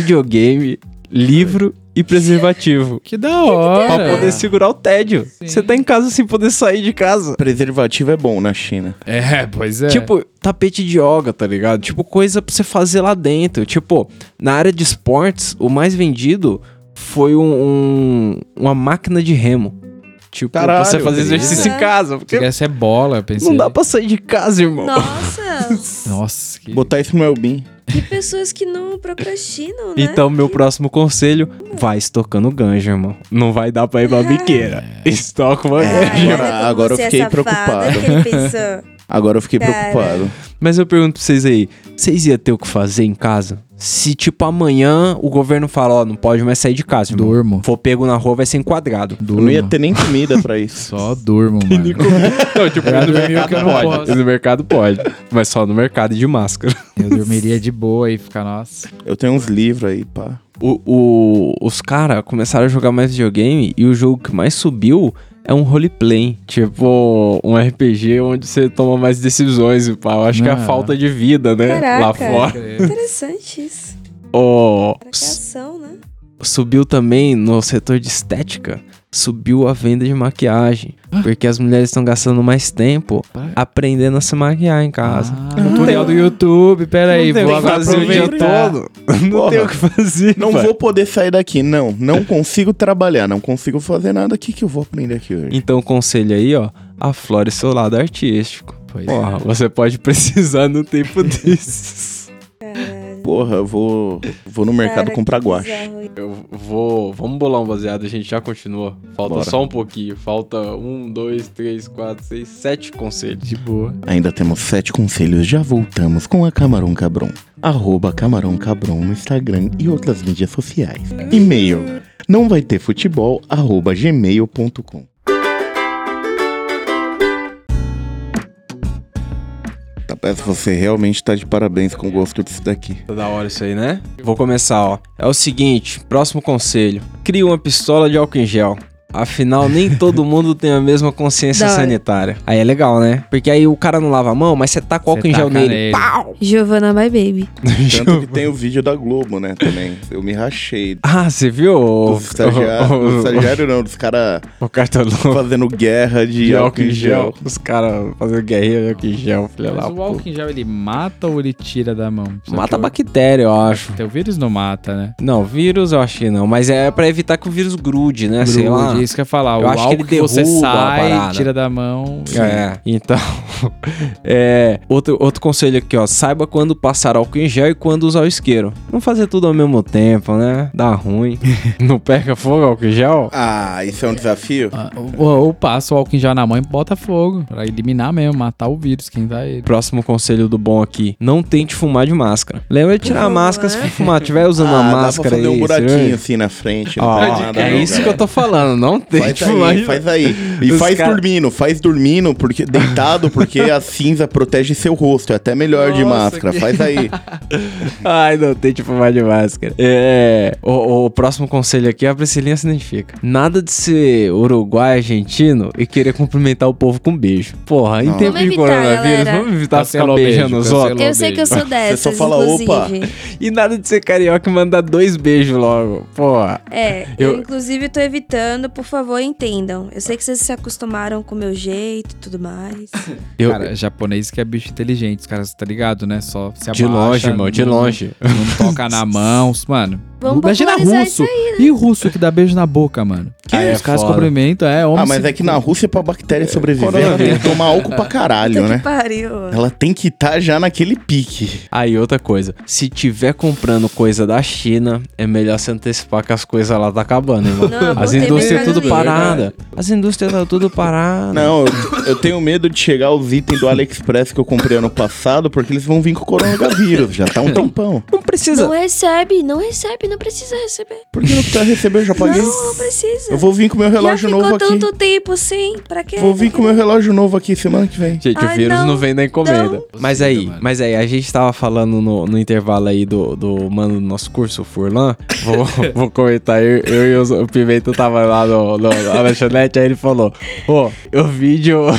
[SPEAKER 1] videogame, livro e preservativo.
[SPEAKER 4] Que da hora.
[SPEAKER 1] Pra poder segurar o tédio.
[SPEAKER 4] É. Sim.
[SPEAKER 1] Você tá em casa sem poder sair de casa.
[SPEAKER 3] Preservativo é bom na China.
[SPEAKER 4] É, pois é.
[SPEAKER 1] Tipo, tapete de yoga, tá ligado? Tipo, coisa pra você fazer lá dentro. Tipo, na área de esportes, o mais vendido foi um, um- uma máquina de remo. Tipo, pra
[SPEAKER 3] Caralho,
[SPEAKER 1] você fazer
[SPEAKER 4] beleza.
[SPEAKER 1] exercício em casa. Porque
[SPEAKER 4] Essa é bola, eu pensei.
[SPEAKER 1] não dá pra sair de casa, irmão.
[SPEAKER 2] Nossa,
[SPEAKER 4] Nossa, que...
[SPEAKER 3] Botar isso no meu bin.
[SPEAKER 2] que pessoas que não procrastinam, né?
[SPEAKER 1] Então, meu próximo conselho, vai estocando ganja, irmão. Não vai dar pra ir pra biqueira.
[SPEAKER 4] É.
[SPEAKER 1] Estoca uma
[SPEAKER 2] Caralho,
[SPEAKER 1] ganja.
[SPEAKER 2] como
[SPEAKER 3] Agora eu
[SPEAKER 2] você é
[SPEAKER 3] fiquei
[SPEAKER 2] safado,
[SPEAKER 3] preocupado.
[SPEAKER 2] que ele pensou.
[SPEAKER 3] Agora eu fiquei
[SPEAKER 2] Cara.
[SPEAKER 3] preocupado.
[SPEAKER 1] Mas eu pergunto pra vocês aí, vocês iam ter o que fazer em casa? Se, tipo, amanhã o governo fala, ó, não pode mais sair de casa, irmão.
[SPEAKER 4] Durmo.
[SPEAKER 1] For pego na rua, vai ser enquadrado.
[SPEAKER 3] Eu
[SPEAKER 4] Durmo.
[SPEAKER 3] não ia ter nem comida pra isso.
[SPEAKER 4] Só durmo, mano.
[SPEAKER 1] Não, tipo,
[SPEAKER 4] no mercado pode.
[SPEAKER 1] No mercado pode. Mas só no mercado e de máscara.
[SPEAKER 4] Eu dormiria de boa e ficar, nossa.
[SPEAKER 3] Eu tenho uns livros aí, pá.
[SPEAKER 1] O- o- os caras começaram a jogar mais videogame e o jogo que mais subiu é um roleplay. Tipo, um RPG onde você toma mais decisões. e pá. Eu acho que é a
[SPEAKER 4] Ah.
[SPEAKER 1] falta de vida, né? Lá
[SPEAKER 2] Caraca.
[SPEAKER 1] fora.
[SPEAKER 2] Interessante isso.
[SPEAKER 1] Ó,
[SPEAKER 2] Para
[SPEAKER 1] s-
[SPEAKER 2] criação, né?
[SPEAKER 1] subiu também no setor de estética, subiu a venda de maquiagem. Porque as mulheres estão gastando mais tempo
[SPEAKER 4] Ah. Para-
[SPEAKER 1] aprendendo a se maquiar em casa.
[SPEAKER 4] Ah, tutorial do YouTube, peraí,
[SPEAKER 1] não tem
[SPEAKER 4] vou
[SPEAKER 1] o que fazer o dia
[SPEAKER 4] aproveitar.
[SPEAKER 1] todo. Não
[SPEAKER 3] Porra.
[SPEAKER 1] tem o que fazer.
[SPEAKER 3] Não
[SPEAKER 1] pai.
[SPEAKER 3] vou poder sair daqui, não. Não consigo trabalhar, não consigo fazer nada. O que, que eu vou aprender aqui hoje?
[SPEAKER 1] Então, o conselho aí, ó. Aflore seu lado artístico.
[SPEAKER 4] Pois
[SPEAKER 1] Porra,
[SPEAKER 4] é.
[SPEAKER 1] você pode precisar num tempo desses.
[SPEAKER 3] Porra, eu vou, vou no mercado
[SPEAKER 2] Cara,
[SPEAKER 3] comprar
[SPEAKER 2] que
[SPEAKER 3] guache.
[SPEAKER 2] bizarro.
[SPEAKER 1] Eu vou. Vamos bolar um baseado, a gente já continua. Falta
[SPEAKER 3] Bora.
[SPEAKER 1] só um pouquinho. Falta um, dois, três, quatro, seis, sete conselhos.
[SPEAKER 4] De boa.
[SPEAKER 3] Ainda temos sete conselhos, já voltamos com a Camarão Cabron. Arroba Camarão Cabron no Instagram e outras mídias sociais. E-mail não vai ter futebol, arroba gmail.com. Tapete, você realmente tá de parabéns com o gosto disso daqui.
[SPEAKER 1] Tá da hora isso aí, né? Vou começar, ó. É o seguinte: próximo conselho. Crie uma pistola de álcool em gel. Afinal, nem todo mundo tem a mesma consciência
[SPEAKER 2] Da hora.
[SPEAKER 1] sanitária. Aí é legal, né? Porque aí o cara não lava a mão, mas você tá com
[SPEAKER 4] Você
[SPEAKER 1] álcool em gel
[SPEAKER 4] taca
[SPEAKER 1] nele.
[SPEAKER 4] nele.
[SPEAKER 1] Pau!
[SPEAKER 2] Giovanna My Baby.
[SPEAKER 3] Tanto que tem o vídeo da Globo, né, também. Eu me rachei.
[SPEAKER 1] Ah, você viu? O,
[SPEAKER 3] Dos estagiários,
[SPEAKER 1] o-
[SPEAKER 3] dos estagiários não, dos caras
[SPEAKER 1] o- o cartolão
[SPEAKER 3] fazendo guerra de,
[SPEAKER 1] de
[SPEAKER 3] álcool em gel.
[SPEAKER 1] Os caras fazendo guerreiro de álcool em gel, filha
[SPEAKER 4] Mas
[SPEAKER 1] da
[SPEAKER 4] o
[SPEAKER 1] puta.
[SPEAKER 4] álcool em gel, ele mata ou ele tira da mão? Só
[SPEAKER 1] Mata
[SPEAKER 4] que o-
[SPEAKER 1] bactéria, eu acho.
[SPEAKER 4] Então, o vírus não mata, né?
[SPEAKER 1] Não, vírus eu acho que não, mas é pra evitar que o vírus grude, né? Sei lá.
[SPEAKER 4] Grude, é Isso que eu ia falar.
[SPEAKER 1] Eu
[SPEAKER 4] o
[SPEAKER 1] acho que
[SPEAKER 4] álcool
[SPEAKER 1] ele
[SPEAKER 4] que, você
[SPEAKER 1] derruba a
[SPEAKER 4] sai,
[SPEAKER 1] parada.
[SPEAKER 4] tira da mão.
[SPEAKER 1] É, então. é, outro, outro conselho aqui, ó. Saiba quando passar álcool em gel e quando usar o isqueiro. Não fazer tudo ao mesmo tempo, né? Dá ruim. não pega fogo álcool em gel?
[SPEAKER 3] Ah, isso é um desafio?
[SPEAKER 4] Ah, Ou, ou passa o álcool em gel na mão e bota fogo. Pra eliminar mesmo, matar o vírus, quem dá ele.
[SPEAKER 1] Próximo conselho do bom aqui: não tente fumar de máscara. Lembra de tirar a
[SPEAKER 2] favor,
[SPEAKER 1] máscara se
[SPEAKER 2] né?
[SPEAKER 1] for fumar. Tiver usando
[SPEAKER 3] Ah,
[SPEAKER 1] a máscara
[SPEAKER 3] dá pra fazer
[SPEAKER 1] aí,
[SPEAKER 3] um buraquinho
[SPEAKER 1] você-
[SPEAKER 3] assim na frente.
[SPEAKER 1] Ó,
[SPEAKER 3] faz nada,
[SPEAKER 1] é
[SPEAKER 3] não,
[SPEAKER 1] isso que
[SPEAKER 3] cara.
[SPEAKER 1] eu tô falando. Não tente
[SPEAKER 3] um Faz
[SPEAKER 1] fumar.
[SPEAKER 3] aí,
[SPEAKER 1] de-
[SPEAKER 3] faz aí. E
[SPEAKER 1] Os
[SPEAKER 3] faz
[SPEAKER 1] cara-
[SPEAKER 3] dormindo, faz dormindo, porque deitado, porque a cinza protege seu rosto. É até melhor de
[SPEAKER 1] Nossa,
[SPEAKER 3] máscara.
[SPEAKER 1] que-
[SPEAKER 3] Faz aí. Ah,
[SPEAKER 1] Ai, não tente fumar de máscara. É. O, o próximo conselho aqui, a Priscilinha se identifica. Nada de ser uruguai, argentino e querer cumprimentar o povo com beijo. Porra, em
[SPEAKER 3] Não.
[SPEAKER 1] tempo
[SPEAKER 2] Vamos
[SPEAKER 1] de
[SPEAKER 2] evitar,
[SPEAKER 1] coronavírus,
[SPEAKER 2] galera.
[SPEAKER 1] vamos evitar ficar
[SPEAKER 4] Cancelou o beijo,
[SPEAKER 1] beijando os
[SPEAKER 4] cancelou.
[SPEAKER 1] outros.
[SPEAKER 2] Eu sei que eu sou dessas,
[SPEAKER 3] só fala,
[SPEAKER 2] inclusive.
[SPEAKER 3] "Opa".
[SPEAKER 1] E nada de ser carioca e mandar dois beijos logo. Porra.
[SPEAKER 2] É, eu,
[SPEAKER 1] Eu-
[SPEAKER 2] inclusive tô evitando, por favor, entendam. Eu sei que vocês se acostumaram com o meu jeito e tudo mais.
[SPEAKER 1] Eu,
[SPEAKER 4] Cara, japonês que é bicho inteligente. Os caras, tá ligado, né? Só se
[SPEAKER 1] de
[SPEAKER 4] abaixa,
[SPEAKER 1] longe, mano, de
[SPEAKER 4] não-
[SPEAKER 1] longe.
[SPEAKER 4] Não toca na mão. Mano,
[SPEAKER 2] Vamos
[SPEAKER 4] imagina
[SPEAKER 2] popularizar né?
[SPEAKER 4] russo. E russo que dá beijo na boca, mano.
[SPEAKER 1] Ah, é
[SPEAKER 4] os caras
[SPEAKER 1] foda.
[SPEAKER 4] cumprimentam, é homem.
[SPEAKER 3] Ah, mas
[SPEAKER 4] se-
[SPEAKER 3] é que na Rússia, pra bactéria sobreviver, ela tem
[SPEAKER 1] Coronavírus.
[SPEAKER 3] que tomar álcool pra caralho,
[SPEAKER 2] Puta
[SPEAKER 3] né?
[SPEAKER 2] que pariu.
[SPEAKER 3] Ela tem que estar já naquele pique.
[SPEAKER 1] Aí, outra coisa. Se tiver comprando coisa da China, é melhor se antecipar que as coisas lá tá acabando, irmão.
[SPEAKER 2] Não, né?
[SPEAKER 1] As
[SPEAKER 2] botei
[SPEAKER 1] indústrias
[SPEAKER 2] Mercado
[SPEAKER 1] tudo
[SPEAKER 2] Livre.
[SPEAKER 1] parada. As indústrias tá tudo parada.
[SPEAKER 3] Não, eu, eu tenho medo de chegar os itens do AliExpress que eu comprei ano passado, porque eles vão vir com o coronavírus. Já tá um tampão.
[SPEAKER 1] Não precisa.
[SPEAKER 2] Não recebe, não recebe, não precisa receber.
[SPEAKER 3] Por que não precisa receber? Eu já paguei.
[SPEAKER 2] Não, não precisa.
[SPEAKER 3] Eu vou vir com meu relógio
[SPEAKER 2] Já
[SPEAKER 3] novo
[SPEAKER 2] ficou
[SPEAKER 3] aqui.
[SPEAKER 2] tanto tempo sem, pra quê?
[SPEAKER 3] Vou vir com meu relógio novo aqui semana que vem.
[SPEAKER 1] Gente, o
[SPEAKER 2] Ai,
[SPEAKER 1] vírus não,
[SPEAKER 2] não,
[SPEAKER 1] vem da encomenda.
[SPEAKER 2] não.
[SPEAKER 1] Mas aí,
[SPEAKER 4] Possível, mano.
[SPEAKER 1] mas aí, a gente tava falando no, no intervalo aí do, do mano do nosso curso, o Furlan. Vou, vou comentar, eu, eu e os- o Pimenta tava lá no, no, na lanchonete, aí ele falou: Ô, eu vi de um.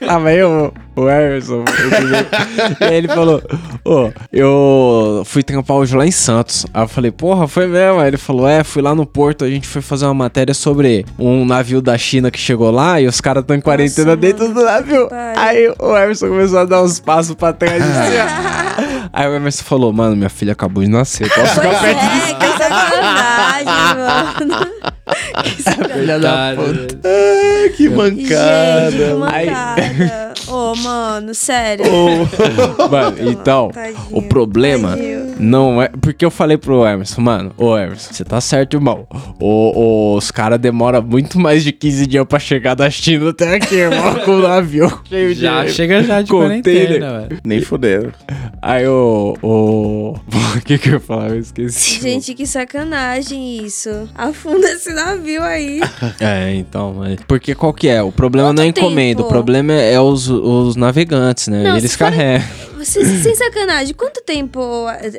[SPEAKER 1] tava eu, o Emerson, o Pimenta. E aí ele falou: Ô, eu fui trampar hoje lá em Santos. Aí eu falei: Porra, foi mesmo? Aí ele falou: É, fui lá no Porto, a gente foi fazer uma matéria sobre um navio da China que chegou lá e os caras estão em quarentena
[SPEAKER 2] mano.
[SPEAKER 1] dentro do navio.
[SPEAKER 2] Pai.
[SPEAKER 1] Aí o Emerson começou a dar uns passos pra trás. assim, ó. Aí o Emerson falou, mano, minha filha acabou de nascer. Posso
[SPEAKER 2] Pois
[SPEAKER 1] ficar
[SPEAKER 2] é,
[SPEAKER 1] perto
[SPEAKER 2] que sacanagem, é mano. Que sacanagem.
[SPEAKER 1] filha da
[SPEAKER 4] Cara,
[SPEAKER 1] puta?
[SPEAKER 3] Ah, que
[SPEAKER 2] Gente, que
[SPEAKER 3] mancada.
[SPEAKER 1] Ai.
[SPEAKER 2] mancada. Ô, mano, sério.
[SPEAKER 1] Mano, então,
[SPEAKER 2] Tadinho,
[SPEAKER 1] o problema
[SPEAKER 2] tadinho.
[SPEAKER 1] não é. Porque eu falei pro Emerson, mano, ô Emerson, você tá certo, irmão. O- os caras demoram muito mais de 15 dias pra chegar da China até aqui, irmão, com o navio cheio de.
[SPEAKER 4] Já chega já de
[SPEAKER 1] Container.
[SPEAKER 4] quarentena, velho.
[SPEAKER 3] Nem fudeu.
[SPEAKER 1] Aí o. O que que eu ia falar? Eu esqueci.
[SPEAKER 2] Gente, que sacanagem isso. Afunda esse navio aí.
[SPEAKER 1] É, então, mas. Porque qual que é? O problema
[SPEAKER 2] Quanto
[SPEAKER 1] não é a encomenda, o
[SPEAKER 2] tempo?
[SPEAKER 1] problema é, é os, os navegantes, né?
[SPEAKER 2] Não,
[SPEAKER 1] Eles
[SPEAKER 2] se for-
[SPEAKER 1] carregam.
[SPEAKER 2] Você, sem sacanagem, quanto tempo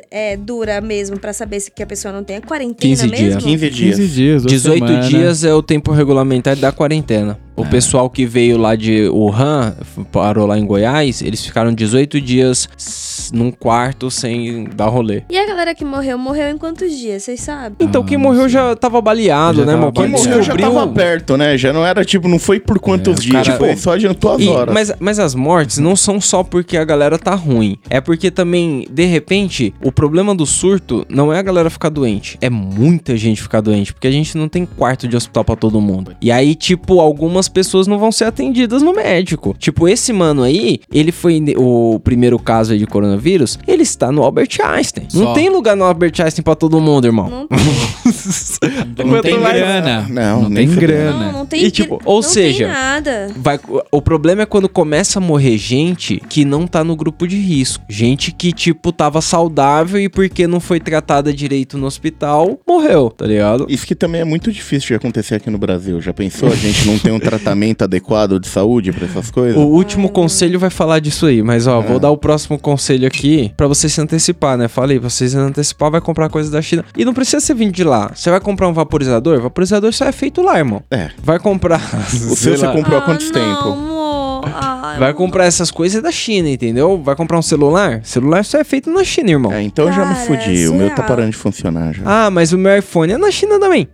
[SPEAKER 2] é, dura mesmo pra saber se que a pessoa não tem? É quarentena
[SPEAKER 1] 15 dias.
[SPEAKER 2] mesmo?
[SPEAKER 3] 15 dias.
[SPEAKER 4] 15 dias, duas
[SPEAKER 1] 18
[SPEAKER 4] semanas. É.
[SPEAKER 1] dias é o tempo regulamentar da quarentena. O pessoal que veio lá de Wuhan, f- parou lá em Goiás, eles ficaram 18 dias s- num quarto sem dar rolê.
[SPEAKER 2] E a galera que morreu, morreu em quantos dias, vocês sabem?
[SPEAKER 1] Então,
[SPEAKER 4] Ah,
[SPEAKER 1] quem
[SPEAKER 4] não
[SPEAKER 1] morreu
[SPEAKER 4] sei.
[SPEAKER 1] já tava baleado,
[SPEAKER 4] Já
[SPEAKER 1] né,
[SPEAKER 4] tava
[SPEAKER 1] mano? Quem
[SPEAKER 4] baleado.
[SPEAKER 3] Morreu já
[SPEAKER 1] descobriu. É,
[SPEAKER 3] tava perto, né? Já não era tipo, não foi por quantos
[SPEAKER 4] os
[SPEAKER 3] dias, tipo,
[SPEAKER 1] cara-
[SPEAKER 3] foi só adiantou as
[SPEAKER 1] E-
[SPEAKER 3] horas.
[SPEAKER 1] mas, mas as mortes não são só porque a galera tá ruim. É porque também, de repente, o problema do surto não é a galera ficar doente. É muita gente ficar doente. Porque a gente não tem quarto de hospital pra todo mundo. E aí, tipo, algumas pessoas não vão ser atendidas no médico. Tipo, esse mano aí, ele foi o primeiro caso aí de coronavírus. Ele está no Albert Einstein.
[SPEAKER 4] Só.
[SPEAKER 1] Não tem lugar no Albert Einstein pra todo mundo, irmão.
[SPEAKER 2] Não
[SPEAKER 4] Não tem
[SPEAKER 1] mais-
[SPEAKER 4] grana.
[SPEAKER 3] Não,
[SPEAKER 4] não né?
[SPEAKER 3] nem
[SPEAKER 4] tem
[SPEAKER 3] fudendo.
[SPEAKER 2] Não,
[SPEAKER 4] grana.
[SPEAKER 2] não tem
[SPEAKER 1] E, tipo, ou
[SPEAKER 2] não
[SPEAKER 1] seja,
[SPEAKER 2] tem nada.
[SPEAKER 1] Vai- o problema é quando começa a morrer gente que não tá no grupo de risco. Gente que, tipo, tava saudável e porque não foi tratada direito no hospital, morreu, tá ligado?
[SPEAKER 3] Isso que também é muito difícil de acontecer aqui no Brasil. Já pensou? A gente não tem um tratamento adequado de saúde pra essas coisas?
[SPEAKER 1] O último conselho vai falar disso aí, mas ó,
[SPEAKER 3] É.
[SPEAKER 1] vou dar o próximo conselho aqui pra você se antecipar, né? Falei, pra você se antecipar, vai comprar coisa da China. E não precisa ser vindo de lá. Você vai comprar um vaporizador? Vaporizador só é feito lá, irmão.
[SPEAKER 3] É.
[SPEAKER 1] Vai comprar.
[SPEAKER 3] O
[SPEAKER 1] sei
[SPEAKER 3] seu você
[SPEAKER 1] lá.
[SPEAKER 3] comprou há quantos
[SPEAKER 2] ah, Não,
[SPEAKER 3] tempo?
[SPEAKER 2] amor. Ah,
[SPEAKER 1] Vai
[SPEAKER 2] eu-
[SPEAKER 1] comprar essas coisas da China, entendeu? Vai comprar um celular? Celular só é feito na China, irmão.
[SPEAKER 3] É, então eu já me
[SPEAKER 2] Cara,
[SPEAKER 3] fudi. O meu tá
[SPEAKER 2] surreal.
[SPEAKER 3] parando de funcionar já.
[SPEAKER 1] Ah, mas o meu iPhone é na China também.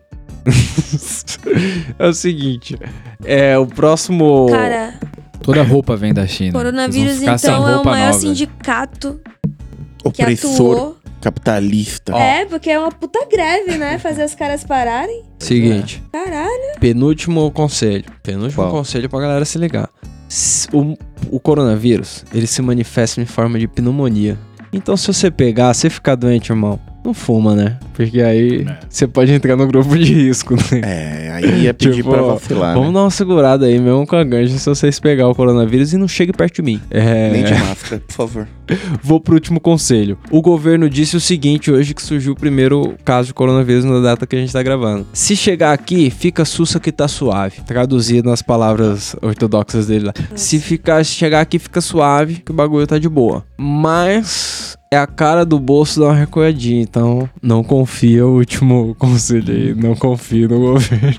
[SPEAKER 1] é o seguinte, é o próximo.
[SPEAKER 2] Cara,
[SPEAKER 4] Toda roupa vem da China. Vocês
[SPEAKER 2] coronavírus
[SPEAKER 4] vão ficar sem
[SPEAKER 2] então é o
[SPEAKER 4] roupa
[SPEAKER 2] maior
[SPEAKER 4] nova.
[SPEAKER 2] sindicato
[SPEAKER 3] Ah,
[SPEAKER 2] que
[SPEAKER 3] Opressor
[SPEAKER 2] atuou.
[SPEAKER 3] capitalista.
[SPEAKER 2] É, porque é uma puta greve, né? Fazer os caras pararem.
[SPEAKER 1] seguinte,
[SPEAKER 2] Caralho.
[SPEAKER 1] penúltimo conselho, penúltimo
[SPEAKER 3] Qual?
[SPEAKER 1] conselho pra galera se ligar. S- O, o coronavírus, ele se manifesta em forma de pneumonia. Então se você pegar, você ficar doente, irmão, não fuma, né? Porque aí você pode entrar no grupo de risco, né?
[SPEAKER 3] É, aí é pedir
[SPEAKER 1] Tipo,
[SPEAKER 3] pra vacilar,
[SPEAKER 1] Vamos
[SPEAKER 3] né?
[SPEAKER 1] dar uma segurada aí mesmo com a ganja se vocês pegar o coronavírus e não chegue perto de mim. É...
[SPEAKER 3] Nem de máscara, por favor.
[SPEAKER 1] Vou pro último conselho. O governo disse o seguinte hoje que surgiu o primeiro caso de coronavírus na data que a gente tá gravando. Se chegar aqui, fica sussa que tá suave. Traduzido nas palavras ortodoxas dele lá. Se ficar, se chegar aqui, fica suave, que o bagulho tá de boa. Mas é a cara do bolso dar uma recolhadinha, então não confia o último conselho aí, não confia no governo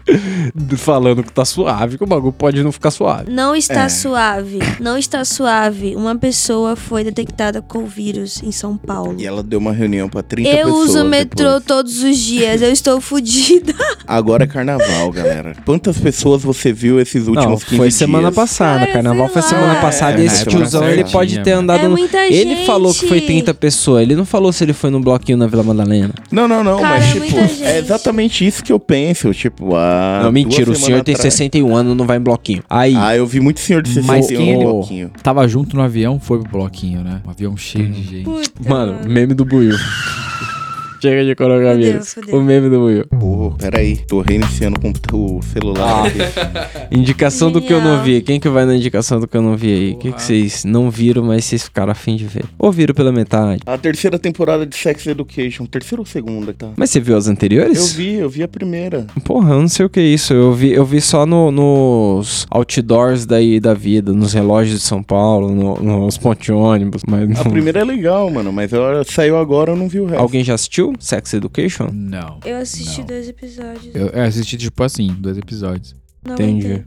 [SPEAKER 1] falando que tá suave, que o bagulho pode não ficar suave.
[SPEAKER 2] Não está
[SPEAKER 3] É.
[SPEAKER 2] suave. Não está suave. Uma pessoa foi detectada com o vírus em São Paulo.
[SPEAKER 3] E ela deu uma reunião pra 30
[SPEAKER 2] Eu
[SPEAKER 3] pessoas.
[SPEAKER 2] uso o metrô
[SPEAKER 3] depois.
[SPEAKER 2] todos os dias. Eu estou fodida.
[SPEAKER 3] Agora é carnaval, galera. Quantas pessoas você viu esses últimos
[SPEAKER 1] Não,
[SPEAKER 3] 15
[SPEAKER 1] foi semana
[SPEAKER 3] dias?
[SPEAKER 1] passada.
[SPEAKER 2] Cara,
[SPEAKER 1] Carnaval foi
[SPEAKER 2] sei lá.
[SPEAKER 1] semana passada
[SPEAKER 3] É,
[SPEAKER 1] e esse
[SPEAKER 3] né,
[SPEAKER 1] tiozão
[SPEAKER 3] semana
[SPEAKER 1] ele pode
[SPEAKER 4] certinha,
[SPEAKER 1] ter
[SPEAKER 4] mano.
[SPEAKER 1] andado
[SPEAKER 2] é
[SPEAKER 1] no.
[SPEAKER 2] muita gente.
[SPEAKER 1] Ele falou que foi 30 pessoas, ele não falou se ele foi no bloquinho na Vila Madalena.
[SPEAKER 3] Não, não, não,
[SPEAKER 2] Cara,
[SPEAKER 3] mas
[SPEAKER 2] é
[SPEAKER 3] tipo,
[SPEAKER 2] muita gente.
[SPEAKER 3] é exatamente isso que eu penso. Tipo, ah.
[SPEAKER 1] não, mentira, o senhor tem 61 anos, não vai em bloquinho. Aí,
[SPEAKER 3] Ah, eu vi muito senhor de
[SPEAKER 4] Mas
[SPEAKER 3] 61
[SPEAKER 4] quem-
[SPEAKER 3] um bloquinho.
[SPEAKER 1] é?
[SPEAKER 4] Tava junto no avião, foi pro bloquinho, né? Um avião cheio de gente.
[SPEAKER 2] Puta,
[SPEAKER 1] mano, meme do Buiu. Chega de coronavírus.
[SPEAKER 2] Fudeu, fudeu.
[SPEAKER 1] O meme do Buiu.
[SPEAKER 3] Pô, peraí, tô reiniciando com o
[SPEAKER 1] Ah.
[SPEAKER 3] celular. aqui.
[SPEAKER 1] Indicação do que eu não
[SPEAKER 2] Genial.
[SPEAKER 1] vi. Quem que vai na indicação do que eu não vi aí? O que que vocês não viram, mas vocês ficaram afim de ver? Ou viram pela metade?
[SPEAKER 3] A terceira temporada de Sex Education, terceira ou segunda, tá?
[SPEAKER 1] Mas você viu as anteriores?
[SPEAKER 3] Eu vi, eu vi a primeira.
[SPEAKER 1] Porra, eu não sei o que é isso. Eu vi, eu vi só no- nos outdoors daí da vida, nos relógios de São Paulo, no- nos pontos de ônibus, mas
[SPEAKER 3] A
[SPEAKER 1] não-
[SPEAKER 3] primeira é legal, mano, mas ela saiu agora, eu não vi o resto.
[SPEAKER 1] Alguém já assistiu Sex Education?
[SPEAKER 4] Não.
[SPEAKER 2] Eu assisti
[SPEAKER 4] Não.
[SPEAKER 2] dois episódios.
[SPEAKER 4] Eu, eu assisti, tipo assim, dois episódios.
[SPEAKER 2] Não
[SPEAKER 1] Entendi.
[SPEAKER 2] aguentei.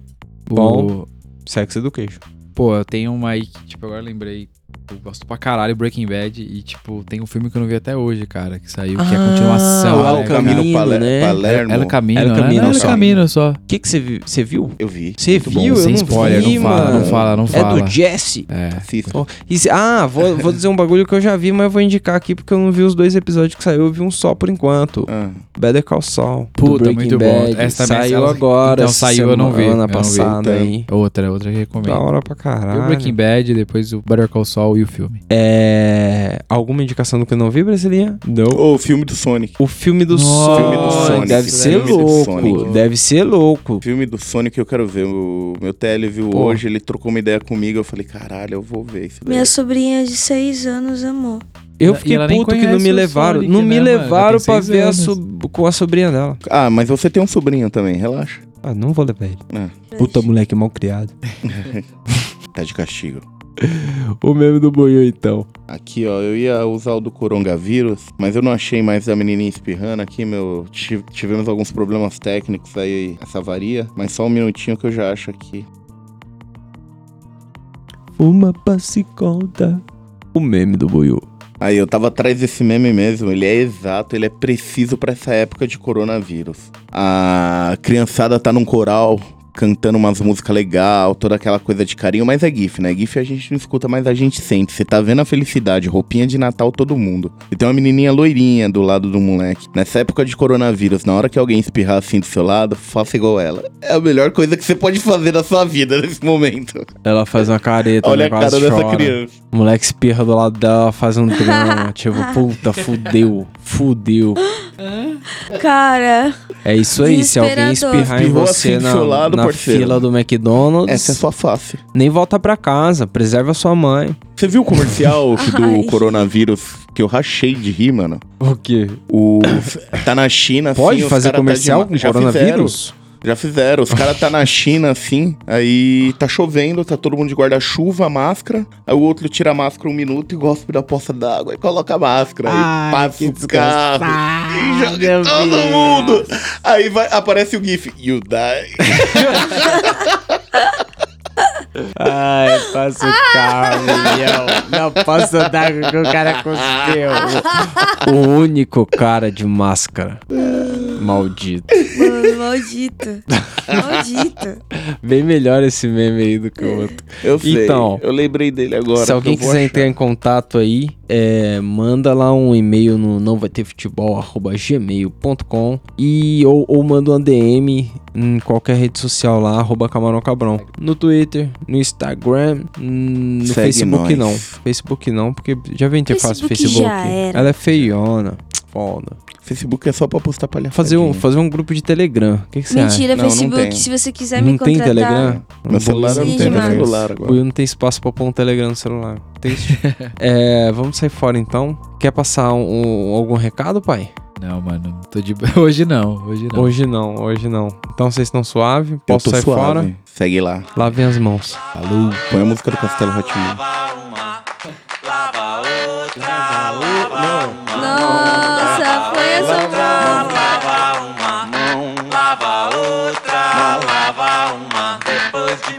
[SPEAKER 1] Bom.
[SPEAKER 4] O-
[SPEAKER 1] Sex Education.
[SPEAKER 4] pô, eu tenho uma aí que, tipo, agora eu lembrei. Eu gosto pra caralho de Breaking Bad. E, tipo, tem um filme que eu não vi até hoje, cara, que saiu, que é a
[SPEAKER 1] Ah,
[SPEAKER 4] continuação.
[SPEAKER 1] o
[SPEAKER 4] né?
[SPEAKER 1] Al Camino,
[SPEAKER 3] Pale-
[SPEAKER 1] né?
[SPEAKER 3] Palermo.
[SPEAKER 4] Ela Camino,
[SPEAKER 1] El
[SPEAKER 4] né?
[SPEAKER 1] Camino
[SPEAKER 4] Não, El
[SPEAKER 3] só.
[SPEAKER 4] Camino só.
[SPEAKER 1] O que que você vi- você viu?
[SPEAKER 3] Eu vi.
[SPEAKER 1] Você
[SPEAKER 3] Muito bom.
[SPEAKER 1] viu? Eu
[SPEAKER 4] Sem
[SPEAKER 1] não
[SPEAKER 4] spoiler,
[SPEAKER 1] vi,
[SPEAKER 4] não fala,
[SPEAKER 1] mano.
[SPEAKER 4] não fala, não fala.
[SPEAKER 1] É do Jesse.
[SPEAKER 4] É.
[SPEAKER 3] Assista.
[SPEAKER 1] E se- ah, vou, vou dizer um bagulho que eu já vi, mas eu vou indicar aqui porque eu não vi os dois episódios que saiu, eu vi um só por enquanto.
[SPEAKER 3] Ah,
[SPEAKER 1] Better Call Saul. do
[SPEAKER 4] Puta,
[SPEAKER 1] Breaking
[SPEAKER 4] muito bom.
[SPEAKER 1] Bad.
[SPEAKER 4] Essa também-
[SPEAKER 1] saiu
[SPEAKER 4] ela-
[SPEAKER 1] agora.
[SPEAKER 4] Então, saiu, eu não vi, eu
[SPEAKER 1] Semana
[SPEAKER 4] não vi.
[SPEAKER 1] passada aí.
[SPEAKER 4] Outra, outra que eu recomendo.
[SPEAKER 1] Da hora pra
[SPEAKER 4] Viu
[SPEAKER 1] caralho.
[SPEAKER 4] Breaking Bad, depois o Better Call Saul e o filme.
[SPEAKER 1] É. Alguma indicação do que eu não vi, brasileira? Não.
[SPEAKER 3] O filme do Sonic.
[SPEAKER 1] O filme do
[SPEAKER 4] Nossa,
[SPEAKER 1] Sonic.
[SPEAKER 4] filme do Sonic,
[SPEAKER 1] Deve ser
[SPEAKER 4] filme
[SPEAKER 3] do
[SPEAKER 1] louco.
[SPEAKER 3] Sonic.
[SPEAKER 1] Deve ser louco.
[SPEAKER 3] O filme do Sonic eu quero ver. O meu tele viu
[SPEAKER 1] Pô.
[SPEAKER 3] hoje, ele trocou uma ideia comigo. Eu falei, caralho, eu vou ver isso daí.
[SPEAKER 2] Minha sobrinha de 6 anos amor.
[SPEAKER 1] Eu
[SPEAKER 4] E
[SPEAKER 1] fiquei
[SPEAKER 4] ela nem
[SPEAKER 1] puto que não
[SPEAKER 4] conhece
[SPEAKER 1] me
[SPEAKER 4] o
[SPEAKER 1] levaram.
[SPEAKER 4] Sonic,
[SPEAKER 1] não me
[SPEAKER 4] né, mano?
[SPEAKER 1] levaram
[SPEAKER 4] Já
[SPEAKER 1] pra
[SPEAKER 4] tem seis
[SPEAKER 1] ver a
[SPEAKER 4] anos.
[SPEAKER 1] sob- com a sobrinha dela.
[SPEAKER 3] Ah, mas você tem um sobrinho também, relaxa.
[SPEAKER 1] Ah, não vou levar ele.
[SPEAKER 2] Pra
[SPEAKER 1] Puta
[SPEAKER 2] gente.
[SPEAKER 1] moleque mal criado.
[SPEAKER 3] Tá de castigo.
[SPEAKER 1] O meme do boiô, então.
[SPEAKER 3] Aqui, ó, eu ia usar o do coronavírus, mas eu não achei mais a menininha espirrando aqui, meu. Ti- Tivemos alguns problemas técnicos aí, essa varia. Mas só um minutinho que eu já acho aqui.
[SPEAKER 1] Uma passicota. o meme do Buiu.
[SPEAKER 3] Aí eu tava atrás desse meme mesmo, ele é exato, ele é preciso pra essa época de coronavírus. A criançada tá num coral cantando umas músicas legal, toda aquela coisa de carinho, mas é GIF, né? GIF a gente não escuta, mas a gente sente. Você tá vendo a felicidade, roupinha de Natal todo mundo. E tem uma menininha loirinha do lado do moleque. Nessa época de coronavírus, na hora que alguém espirrar assim do seu lado, faça igual ela. É a melhor coisa que você pode fazer na sua vida nesse momento.
[SPEAKER 1] Ela faz uma careta,
[SPEAKER 3] Olha
[SPEAKER 1] né,
[SPEAKER 3] a
[SPEAKER 1] quase
[SPEAKER 3] cara dessa
[SPEAKER 1] chora.
[SPEAKER 3] criança.
[SPEAKER 1] O moleque espirra do lado dela, faz um drama. tipo, puta, fudeu, fudeu.
[SPEAKER 2] Cara,
[SPEAKER 1] É isso aí, se alguém
[SPEAKER 2] Desesperador.
[SPEAKER 1] espirrar em
[SPEAKER 3] Espirrou
[SPEAKER 1] você
[SPEAKER 3] assim do
[SPEAKER 1] na,
[SPEAKER 3] seu lado,
[SPEAKER 1] na
[SPEAKER 3] parceiro.
[SPEAKER 1] fila do McDonald's,
[SPEAKER 3] Essa é a sua face.
[SPEAKER 1] nem volta pra casa, preserva sua mãe.
[SPEAKER 3] Você viu o comercial que
[SPEAKER 2] Ai.
[SPEAKER 3] do coronavírus que eu rachei de rir, mano?
[SPEAKER 1] O quê?
[SPEAKER 3] O, tá na China, assim,
[SPEAKER 1] Pode
[SPEAKER 3] os
[SPEAKER 1] fazer
[SPEAKER 3] cara tá
[SPEAKER 1] comercial
[SPEAKER 3] de-
[SPEAKER 1] com
[SPEAKER 3] já Fizeram,
[SPEAKER 1] coronavírus?
[SPEAKER 3] já fizeram. Os caras tá na China, assim, aí tá chovendo, tá todo mundo de guarda-chuva, máscara. Aí o outro tira a máscara um minuto e gosta da poça d'água e coloca a máscara. aí passa os carros. E joga todo mundo. Aí vai, aparece o GIF. You die.
[SPEAKER 5] Ai, passa o carro, milhão. Não posso dar com que o cara conseguiu.
[SPEAKER 1] O único cara de máscara. Maldito.
[SPEAKER 2] mano, maldito. Maldito.
[SPEAKER 1] Bem melhor esse meme aí do que o outro.
[SPEAKER 3] Eu sei.
[SPEAKER 1] Então,
[SPEAKER 3] eu lembrei dele agora.
[SPEAKER 1] Se alguém
[SPEAKER 3] porque eu
[SPEAKER 1] quiser
[SPEAKER 3] vou achar.
[SPEAKER 1] entrar em contato aí, é, manda lá um e-mail no não vai ter futebol, arroba gmail.com e ou, ou manda uma DM em qualquer rede social lá, arroba Camarão Cabrão. No Twitter, no Instagram, hum, no
[SPEAKER 3] Segue
[SPEAKER 1] Facebook
[SPEAKER 3] nós.
[SPEAKER 1] não. Facebook não, porque já vem interface do
[SPEAKER 2] Facebook
[SPEAKER 1] Facebook.
[SPEAKER 2] já era.
[SPEAKER 1] Ela é feiona. Foda.
[SPEAKER 3] Facebook é só pra postar palhaçada.
[SPEAKER 1] Fazer um, fazer um grupo de Telegram. O que, que você acha?
[SPEAKER 2] Mentira,
[SPEAKER 3] Não, não
[SPEAKER 2] Facebook,
[SPEAKER 3] tem.
[SPEAKER 2] se você quiser me
[SPEAKER 1] Não tem
[SPEAKER 2] contratar.
[SPEAKER 1] Telegram?
[SPEAKER 3] Meu celular
[SPEAKER 2] eu não
[SPEAKER 3] não
[SPEAKER 2] tenho
[SPEAKER 3] tem né?
[SPEAKER 2] demais.
[SPEAKER 3] celular
[SPEAKER 1] O
[SPEAKER 3] agora.
[SPEAKER 1] Will não tem espaço pra pôr um Telegram no celular. Triste. é, vamos sair fora então. Quer passar um- um- algum recado, pai?
[SPEAKER 4] Não, mano, tô de. Hoje não, hoje não.
[SPEAKER 1] Hoje não, hoje não. Então vocês estão suave? Posso sair fora?
[SPEAKER 3] Segue lá.
[SPEAKER 1] Lavem as mãos.
[SPEAKER 3] Falou. Põe a música do Castelo Ratinho.
[SPEAKER 2] Nossa, foi essa prova.
[SPEAKER 6] Depois de